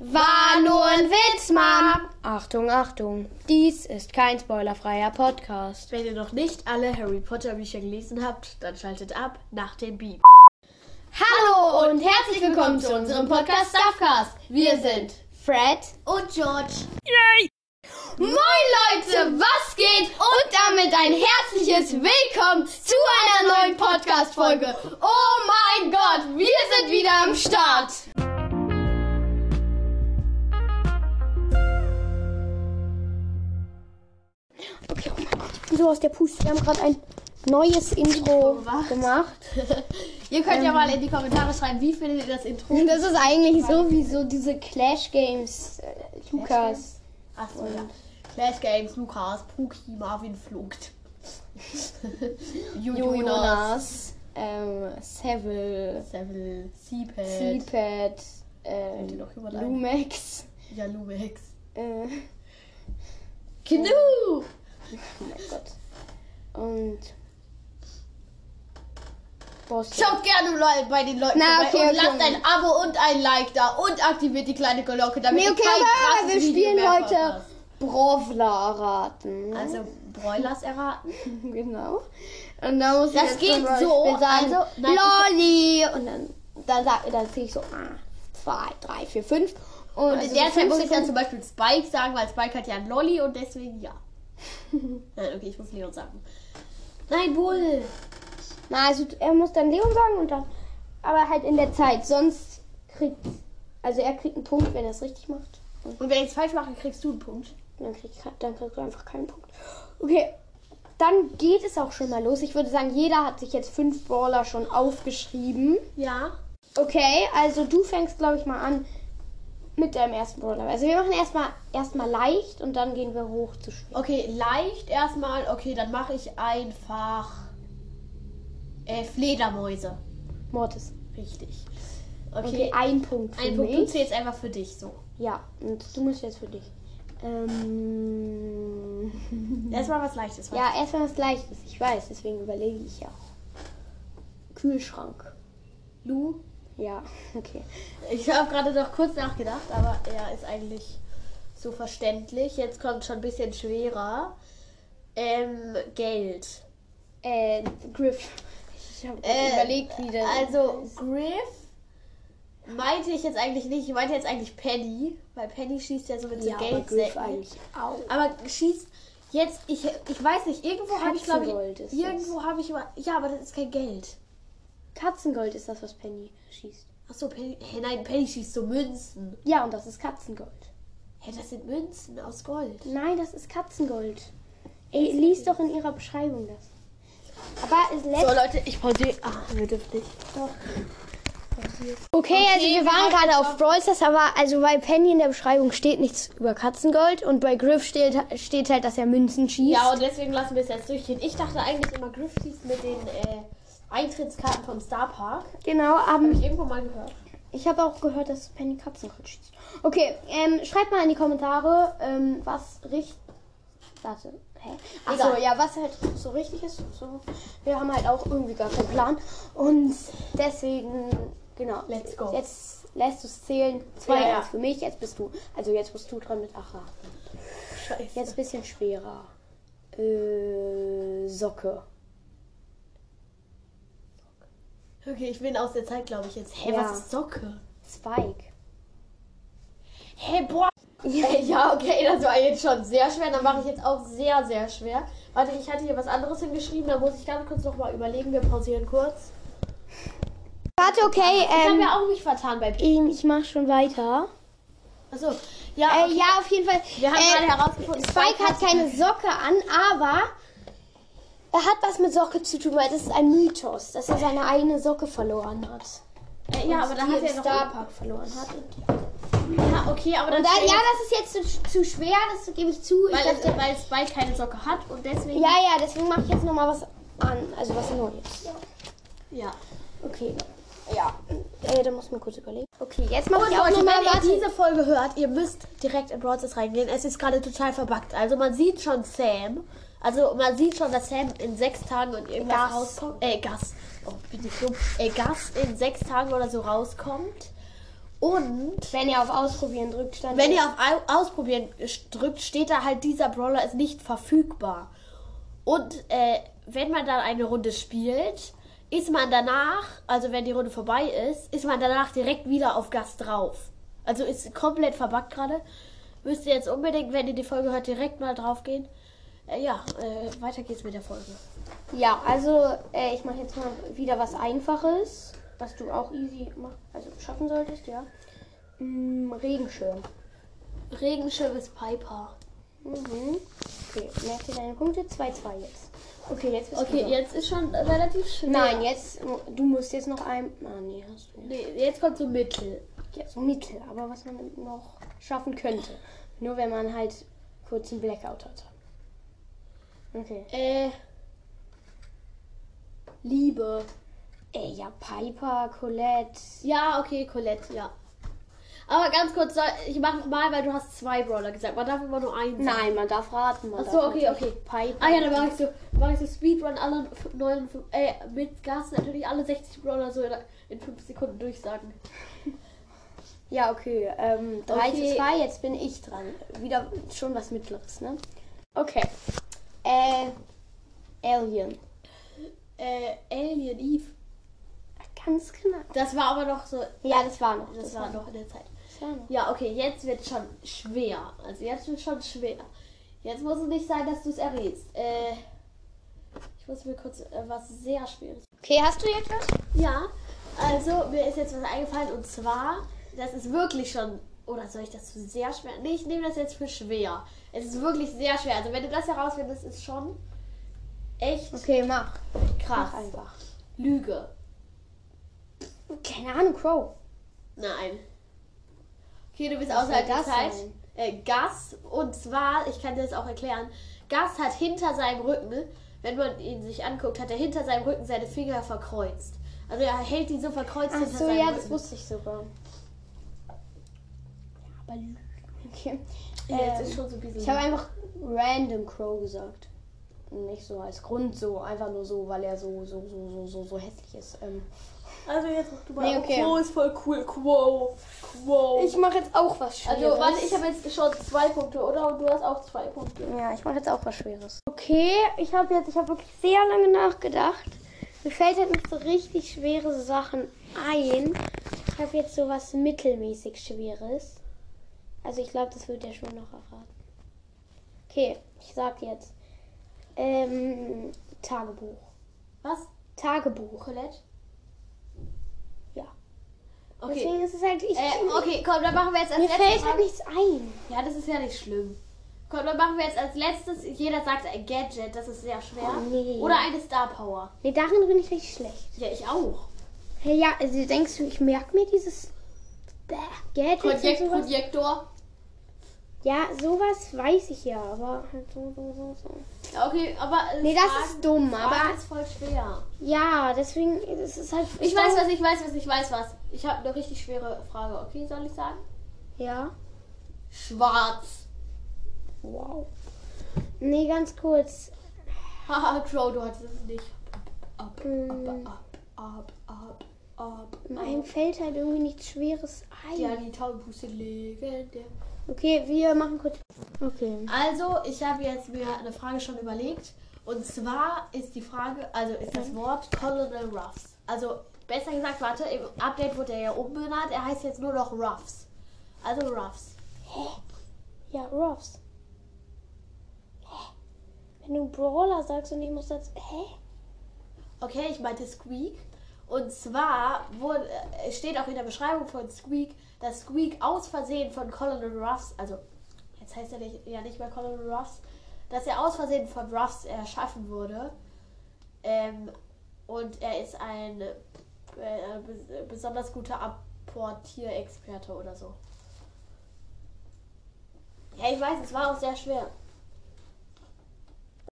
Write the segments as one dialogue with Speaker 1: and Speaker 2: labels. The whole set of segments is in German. Speaker 1: War nur ein Witz, Mom. Achtung, Achtung. Dies ist kein spoilerfreier Podcast.
Speaker 2: Wenn ihr noch nicht alle Harry Potter Bücher gelesen habt, dann schaltet ab nach dem Beep.
Speaker 1: Hallo und herzlich willkommen zu unserem Podcast Stuffcast. Wir sind Fred
Speaker 2: Und George.
Speaker 1: Moin Leute, was geht? Und damit ein herzliches Willkommen zu einer neuen Podcast-Folge. Oh mein Gott, wir sind wieder am Start. Okay, oh mein Gott, ich bin so aus der Puste. Wir haben gerade ein neues Intro gemacht. Ähm,
Speaker 2: Ihr könnt ja mal in die Kommentare schreiben, wie findet ihr das Intro?
Speaker 1: Und das ist eigentlich so wie so diese Clash Games, äh, Lukas.
Speaker 2: Achso, ja. Clash Games, Lukas, Puki, Marvin Flugt. Jonas,
Speaker 1: Jonas, ähm, Seville,
Speaker 2: Seville, Seapad,
Speaker 1: Seapad,
Speaker 2: Fällt dir
Speaker 1: ähm,
Speaker 2: noch jemand ein?
Speaker 1: Lumex,
Speaker 2: ja, Lumex,
Speaker 1: äh,
Speaker 2: Knu,
Speaker 1: oh mein Gott. Und Boss.
Speaker 2: Schaut gerne Leute bei den Leuten
Speaker 1: Na,
Speaker 2: vorbei
Speaker 1: okay,
Speaker 2: und
Speaker 1: okay,
Speaker 2: lasst
Speaker 1: okay.
Speaker 2: ein Abo und ein Like da und aktiviert die kleine Glocke, damit
Speaker 1: Nee,
Speaker 2: ihr
Speaker 1: okay,
Speaker 2: kein
Speaker 1: aber
Speaker 2: krasses
Speaker 1: wir
Speaker 2: Video
Speaker 1: spielen
Speaker 2: mehr
Speaker 1: heute
Speaker 2: verpasst.
Speaker 1: Brovla erraten. ne?
Speaker 2: Also, Broilers erraten.
Speaker 1: genau. Und dann muss
Speaker 2: Das
Speaker 1: ich jetzt
Speaker 2: geht
Speaker 1: zum Beispiel
Speaker 2: so,
Speaker 1: sagen,
Speaker 2: also- nein,
Speaker 1: Lolli. Und dann, dann, sag- dann sehe ich so, ah, zwei, drei, vier, fünf. Und
Speaker 2: Und in der Zeit muss ich dann zum Beispiel Spike sagen, weil Spike hat ja einen Lolli und deswegen ja. Nein, okay, ich muss Leon sagen. Nein, Bull!
Speaker 1: Na, also er muss dann Leon sagen und dann. Aber halt in der Zeit. Sonst kriegt. Also er kriegt einen Punkt, wenn er es richtig macht.
Speaker 2: Und wenn ich es falsch mache, kriegst du einen Punkt.
Speaker 1: Und dann, kriegt, dann kriegt er einfach keinen Punkt. Okay. Dann geht es auch schon mal los. Ich würde sagen, jeder hat sich jetzt fünf Brawler schon aufgeschrieben.
Speaker 2: Ja.
Speaker 1: Okay, also du fängst, glaube ich, mal an mit deinem ersten Brawler. Also wir machen erstmal erstmal leicht und dann gehen wir hoch zu schwer.
Speaker 2: Okay, leicht erstmal. Okay, dann mache ich einfach äh, Fledermäuse.
Speaker 1: Mortis.
Speaker 2: Richtig.
Speaker 1: Okay,
Speaker 2: Okay,
Speaker 1: ein Punkt. Für
Speaker 2: ein
Speaker 1: mich.
Speaker 2: Punkt. Du zählst einfach für dich so.
Speaker 1: Ja, und du musst jetzt für dich. Ähm.
Speaker 2: Erstmal was Leichtes.
Speaker 1: Ja, erstmal was Leichtes. Ich weiß, deswegen überlege ich ja auch. Kühlschrank.
Speaker 2: Lu.
Speaker 1: Ja, okay.
Speaker 2: Ich habe gerade noch kurz nachgedacht, aber er ist eigentlich so verständlich. Jetzt kommt schon ein bisschen schwerer. Ähm, Geld.
Speaker 1: Äh, Griff. Ich habe
Speaker 2: Äh,
Speaker 1: überlegt, wie das.
Speaker 2: Also Griff meinte ich jetzt eigentlich nicht. Ich meinte jetzt eigentlich Penny, weil Penny schießt ja so mit
Speaker 1: ja, aber
Speaker 2: so
Speaker 1: Griff
Speaker 2: Geldsäcken.
Speaker 1: eigentlich auch.
Speaker 2: Aber schießt jetzt ich ich weiß nicht. Irgendwo habe ich glaube
Speaker 1: Katzengold ist
Speaker 2: ich irgendwo habe ich mal ja, aber das ist kein Geld.
Speaker 1: Katzengold ist das, was Penny schießt.
Speaker 2: Ach so, Penny, hä, nein, Penny schießt so Münzen.
Speaker 1: Ja, und das ist Katzengold.
Speaker 2: Hä, das sind Münzen aus Gold.
Speaker 1: Nein, das ist Katzengold. Ey, lies doch in ihrer Beschreibung das. Aber es lässt.
Speaker 2: Leute, ich pausiere. Ach, wir dürfen nicht.
Speaker 1: Okay, also wir waren gerade auf Brawl Stars, aber also bei Penny in der Beschreibung steht nichts über Katzengold und bei Griff steht, steht halt, dass er Münzen schießt.
Speaker 2: Ja, und deswegen lassen wir es jetzt durchgehen. Ich dachte eigentlich immer, Griff schießt mit den äh, Eintrittskarten vom Star Park.
Speaker 1: genau. Aber
Speaker 2: Hab ich irgendwo mal gehört.
Speaker 1: ich habe auch gehört, dass Penny Katzengold schießt. Okay, ähm, schreibt mal in die Kommentare, ähm, was richtig. Warte, hä? Achso,
Speaker 2: Egal.
Speaker 1: ja, was halt so richtig ist. So. Wir haben halt auch irgendwie gar keinen Plan. Und deswegen, genau.
Speaker 2: Let's go.
Speaker 1: Jetzt lässt du es zählen. 2-1
Speaker 2: Ja, ja.
Speaker 1: für mich, jetzt bist du. Also jetzt bist du dran mit Acha.
Speaker 2: Scheiße.
Speaker 1: Jetzt ein bisschen schwerer. Äh, Socke.
Speaker 2: Okay, ich bin aus der Zeit, glaube ich, jetzt. Hä,
Speaker 1: Ja.
Speaker 2: was ist Socke?
Speaker 1: Spike.
Speaker 2: Hä, boah. Äh, ja, okay, das war jetzt schon sehr schwer. Dann mache ich jetzt auch sehr, sehr schwer. Warte, ich hatte hier was anderes hingeschrieben. Da muss ich ganz kurz nochmal überlegen. Wir pausieren kurz.
Speaker 1: Warte, okay.
Speaker 2: Ich habe
Speaker 1: Ähm,
Speaker 2: ja auch mich vertan bei P.
Speaker 1: ähm, ich mach schon weiter.
Speaker 2: Achso. Ja,
Speaker 1: Äh, ja, auf jeden Fall.
Speaker 2: wir haben
Speaker 1: äh,
Speaker 2: gerade herausgefunden.
Speaker 1: Spike hat keine Socke an, aber er hat was mit Socke zu tun, weil das ist ein Mythos, dass er seine eigene Socke verloren hat.
Speaker 2: Äh, ja, aber da
Speaker 1: die
Speaker 2: hat
Speaker 1: im
Speaker 2: er noch.
Speaker 1: Star Park verloren hat. Und
Speaker 2: Ja, okay, aber dann.
Speaker 1: da, ja, das ist jetzt zu, zu schwer, das gebe ich zu. Ich
Speaker 2: weil,
Speaker 1: dachte,
Speaker 2: es, weil Spike keine Socke hat und deswegen.
Speaker 1: ja, ja, deswegen mache ich jetzt nochmal was an, also was Neues.
Speaker 2: ja.
Speaker 1: Okay. Ja. Äh, da muss man kurz überlegen. Okay, jetzt mach
Speaker 2: Und
Speaker 1: ich auch
Speaker 2: Oh, Leute,
Speaker 1: nochmal
Speaker 2: wenn
Speaker 1: was.
Speaker 2: ihr diese Folge hört, ihr müsst direkt in Bronzes reingehen. Es ist gerade total verbuggt. Also man sieht schon Sam. Also man sieht schon, dass Sam in sechs Tagen und irgendwas
Speaker 1: Gas.
Speaker 2: rauskommt. Äh, Gas. Oh, bin ich dumm. Äh, Gas in sechs Tagen oder so rauskommt. Und
Speaker 1: Wenn ihr auf Ausprobieren drückt, stand
Speaker 2: wenn ihr auf Au- Ausprobieren sch- drückt, steht da halt, dieser Brawler ist nicht verfügbar. Und äh, wenn man dann eine Runde spielt, ist man danach, also wenn die Runde vorbei ist, ist man danach direkt wieder auf Gas drauf. Also ist komplett verbuggt gerade. Müsst ihr jetzt unbedingt, wenn ihr die Folge hört, direkt mal draufgehen. Äh, ja, äh, weiter geht's mit der Folge.
Speaker 1: Ja, also äh, ich mache jetzt mal wieder was Einfaches, was du auch easy mach, also schaffen solltest, ja. Mm, Regenschirm.
Speaker 2: Regenschirm ist Piper.
Speaker 1: Mhm. Okay, merk dir deine Punkte. 2-2 jetzt. Okay, jetzt bist
Speaker 2: Okay,
Speaker 1: du.
Speaker 2: jetzt ist schon relativ schwer.
Speaker 1: Nein, jetzt, du musst jetzt noch ein. Ah, nee, hast du nicht.
Speaker 2: Nee, jetzt kommt so Mittel.
Speaker 1: Ja, so Mittel, aber was man noch schaffen könnte. Nur wenn man halt kurz einen Blackout hatte. Okay.
Speaker 2: Äh. Liebe.
Speaker 1: Ey, Äh, ja, Piper, Colette.
Speaker 2: Ja, okay, Colette, ja. Aber ganz kurz, soll- ich mache nochmal, weil du hast zwei Brawler gesagt. Man darf immer nur einen. sagen.
Speaker 1: Nein, man darf raten. Man
Speaker 2: Ach so,
Speaker 1: darf nicht-
Speaker 2: okay, okay.
Speaker 1: Piper.
Speaker 2: Ah ja, dann mache ich so, mach ich so Speedrun alle f- neun, fünf- äh, mit Gas natürlich alle 60 Brawler so in, in 5 Sekunden durchsagen.
Speaker 1: Ja, okay. Ähm, 3
Speaker 2: Okay.
Speaker 1: zu 2, jetzt bin ich dran. Wieder schon was Mittleres, ne? Okay. Äh, Alien.
Speaker 2: Äh, Alien Eve.
Speaker 1: Ganz knapp.
Speaker 2: Das war aber noch so,
Speaker 1: Ja, das war noch.
Speaker 2: das, war noch in der Zeit.
Speaker 1: Das war noch.
Speaker 2: Ja, okay, jetzt wird schon schwer. Also jetzt wird schon schwer. Jetzt muss es nicht sein, dass du es errätst. Äh, ich muss mir kurz äh, was sehr Schweres.
Speaker 1: Okay, hast du jetzt was?
Speaker 2: Ja, also mir ist jetzt was eingefallen und zwar, das ist wirklich schon, oder soll ich das für sehr schwer? Nee, ich nehme das jetzt für schwer. Es ist wirklich sehr schwer. Also wenn du das herausfindest, ist schon echt
Speaker 1: Okay, mach.
Speaker 2: krass.
Speaker 1: Mach einfach.
Speaker 2: Lüge.
Speaker 1: Keine Ahnung, Crow.
Speaker 2: Nein. Okay, du bist
Speaker 1: Was soll
Speaker 2: außerhalb der
Speaker 1: das
Speaker 2: Zeit.
Speaker 1: sein?
Speaker 2: Äh, Gas, und zwar, ich kann dir das auch erklären, Gas hat hinter seinem Rücken, wenn man ihn sich anguckt, hat er hinter seinem Rücken seine Finger verkreuzt. Also er hält die so verkreuzt
Speaker 1: Ach
Speaker 2: hinter
Speaker 1: so,
Speaker 2: seinem
Speaker 1: ja, das
Speaker 2: Rücken.
Speaker 1: wusste ich sogar. Ja, aber. Okay.
Speaker 2: ja, das
Speaker 1: Ähm,
Speaker 2: ist schon so ein bisschen...
Speaker 1: Ich habe einfach random Crow gesagt. Nicht so als Grund, so einfach nur so, weil er so, so, so, so, so, so hässlich ist. Ähm,
Speaker 2: also jetzt mach du mal.
Speaker 1: Nee, okay.
Speaker 2: Quo ist voll cool. Quo. Quo.
Speaker 1: mache jetzt auch was
Speaker 2: also warte, ich habe jetzt schon zwei Punkte, oder? Und du hast auch zwei Punkte.
Speaker 1: Ja, ich mache jetzt auch was Schweres. Okay, ich habe jetzt, ich habe wirklich sehr lange nachgedacht. Mir fällt halt nicht so richtig schwere Sachen ein. Ich habe jetzt so was mittelmäßig Schweres. Also ich glaube, das wird er schon noch erraten. Okay, ich sag jetzt. Ähm, Tagebuch.
Speaker 2: Was?
Speaker 1: Tagebuch.
Speaker 2: Colette?
Speaker 1: Ja.
Speaker 2: Okay.
Speaker 1: Deswegen ist es halt. Ich,
Speaker 2: Äh, okay, komm, dann machen wir jetzt als
Speaker 1: Mir
Speaker 2: letzte
Speaker 1: fällt
Speaker 2: Frage-
Speaker 1: halt nichts ein.
Speaker 2: Ja, das ist ja nicht schlimm. Komm, dann machen wir jetzt als letztes, jeder sagt ein Gadget, das ist sehr schwer.
Speaker 1: Oh, nee.
Speaker 2: Oder eine Star Power.
Speaker 1: Nee, darin bin ich richtig schlecht.
Speaker 2: Ja, ich auch.
Speaker 1: Hey, ja, also denkst du, ich merke mir dieses. Bäh, Gadgets und sowas?
Speaker 2: Projektor.
Speaker 1: Ja, sowas weiß ich ja, aber halt so, so, so, so.
Speaker 2: Ja, okay, aber. äh,
Speaker 1: Nee, das
Speaker 2: Fragen-
Speaker 1: ist dumm,
Speaker 2: Fragen
Speaker 1: aber
Speaker 2: ist voll schwer.
Speaker 1: ja, deswegen das ist halt.
Speaker 2: Ich weiß was, ich weiß was, ich weiß was. Ich habe eine richtig schwere Frage, okay, soll ich sagen?
Speaker 1: Ja.
Speaker 2: Schwarz.
Speaker 1: Wow. Nee, ganz kurz.
Speaker 2: Haha, Crow, du hattest es nicht. Ab,
Speaker 1: Mm.
Speaker 2: ab, ab, ab, ab,
Speaker 1: Meinem
Speaker 2: ab.
Speaker 1: fällt halt irgendwie nichts Schweres ein.
Speaker 2: Oh. Ja, die Taubenpuste legendär.
Speaker 1: Okay, wir machen kurz. Okay.
Speaker 2: Also, ich habe jetzt mir eine Frage schon überlegt. Und zwar ist die Frage, also ist das Wort Colonel Ruffs. Also, besser gesagt, warte, im Update wurde er ja umbenannt. Er heißt jetzt nur noch Ruffs. Also Ruffs.
Speaker 1: Ja, Ruffs. Hä? Wenn du Brawler sagst und ich muss das. Hä?
Speaker 2: Okay, ich meinte Squeak. Und zwar wurde, äh, steht auch in der Beschreibung von Squeak, dass Squeak aus Versehen von Colonel Ruffs, also jetzt heißt er nicht, ja nicht mehr Colonel Ruffs, dass er aus Versehen von Ruffs erschaffen wurde. Ähm, und er ist ein äh, bes- äh, besonders guter Apportierexperte oder so. Ja, ich weiß, es war auch sehr schwer.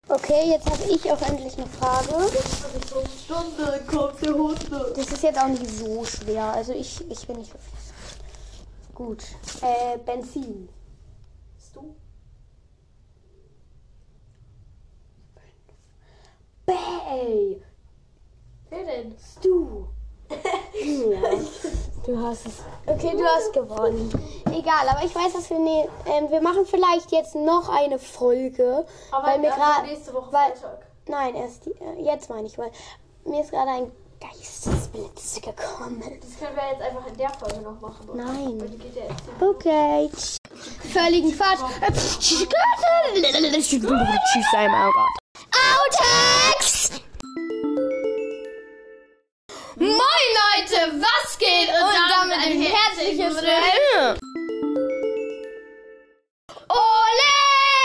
Speaker 1: Okay, jetzt habe ich auch endlich eine Frage.
Speaker 2: Stunde kommt der Hunde.
Speaker 1: Das ist jetzt auch nicht so schwer. Also ich, ich bin nicht wirklich. Gut. Äh, Benzin.
Speaker 2: Bist du?
Speaker 1: Bäh, ey.
Speaker 2: Wer denn?
Speaker 1: Stu.
Speaker 3: Ja. Du hast es. Okay, du hast gewonnen. Egal, aber ich weiß, dass wir ne, ähm, wir machen vielleicht jetzt noch eine Folge,
Speaker 2: Aber
Speaker 3: weil mir
Speaker 2: erst
Speaker 3: gerade
Speaker 2: nächste Woche
Speaker 3: weil-
Speaker 2: Freitag.
Speaker 3: nein, erst die, äh, jetzt meine ich, weil mir ist gerade ein Geistesblitz gekommen.
Speaker 2: Das können wir jetzt einfach in der Folge noch machen. oder?
Speaker 3: Nein.
Speaker 2: Weil die geht ja jetzt hier.
Speaker 3: Okay.
Speaker 1: Völligen Quatsch.
Speaker 3: Tschüss, I'm out.
Speaker 1: Outtakes! Moin Leute, was geht? Und, damit ein herzliches Willkommen. Ole,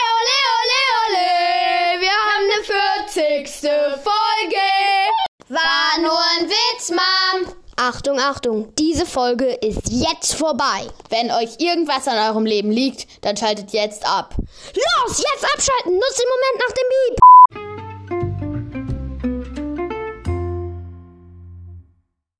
Speaker 1: ole, ole, ole, wir haben eine 40. Folge. War nur ein Witz, Mom. Achtung, Achtung, diese Folge ist jetzt vorbei.
Speaker 4: Wenn euch irgendwas an eurem Leben liegt, dann schaltet jetzt ab.
Speaker 1: Los, jetzt abschalten, nutzt den Moment nach dem Beep.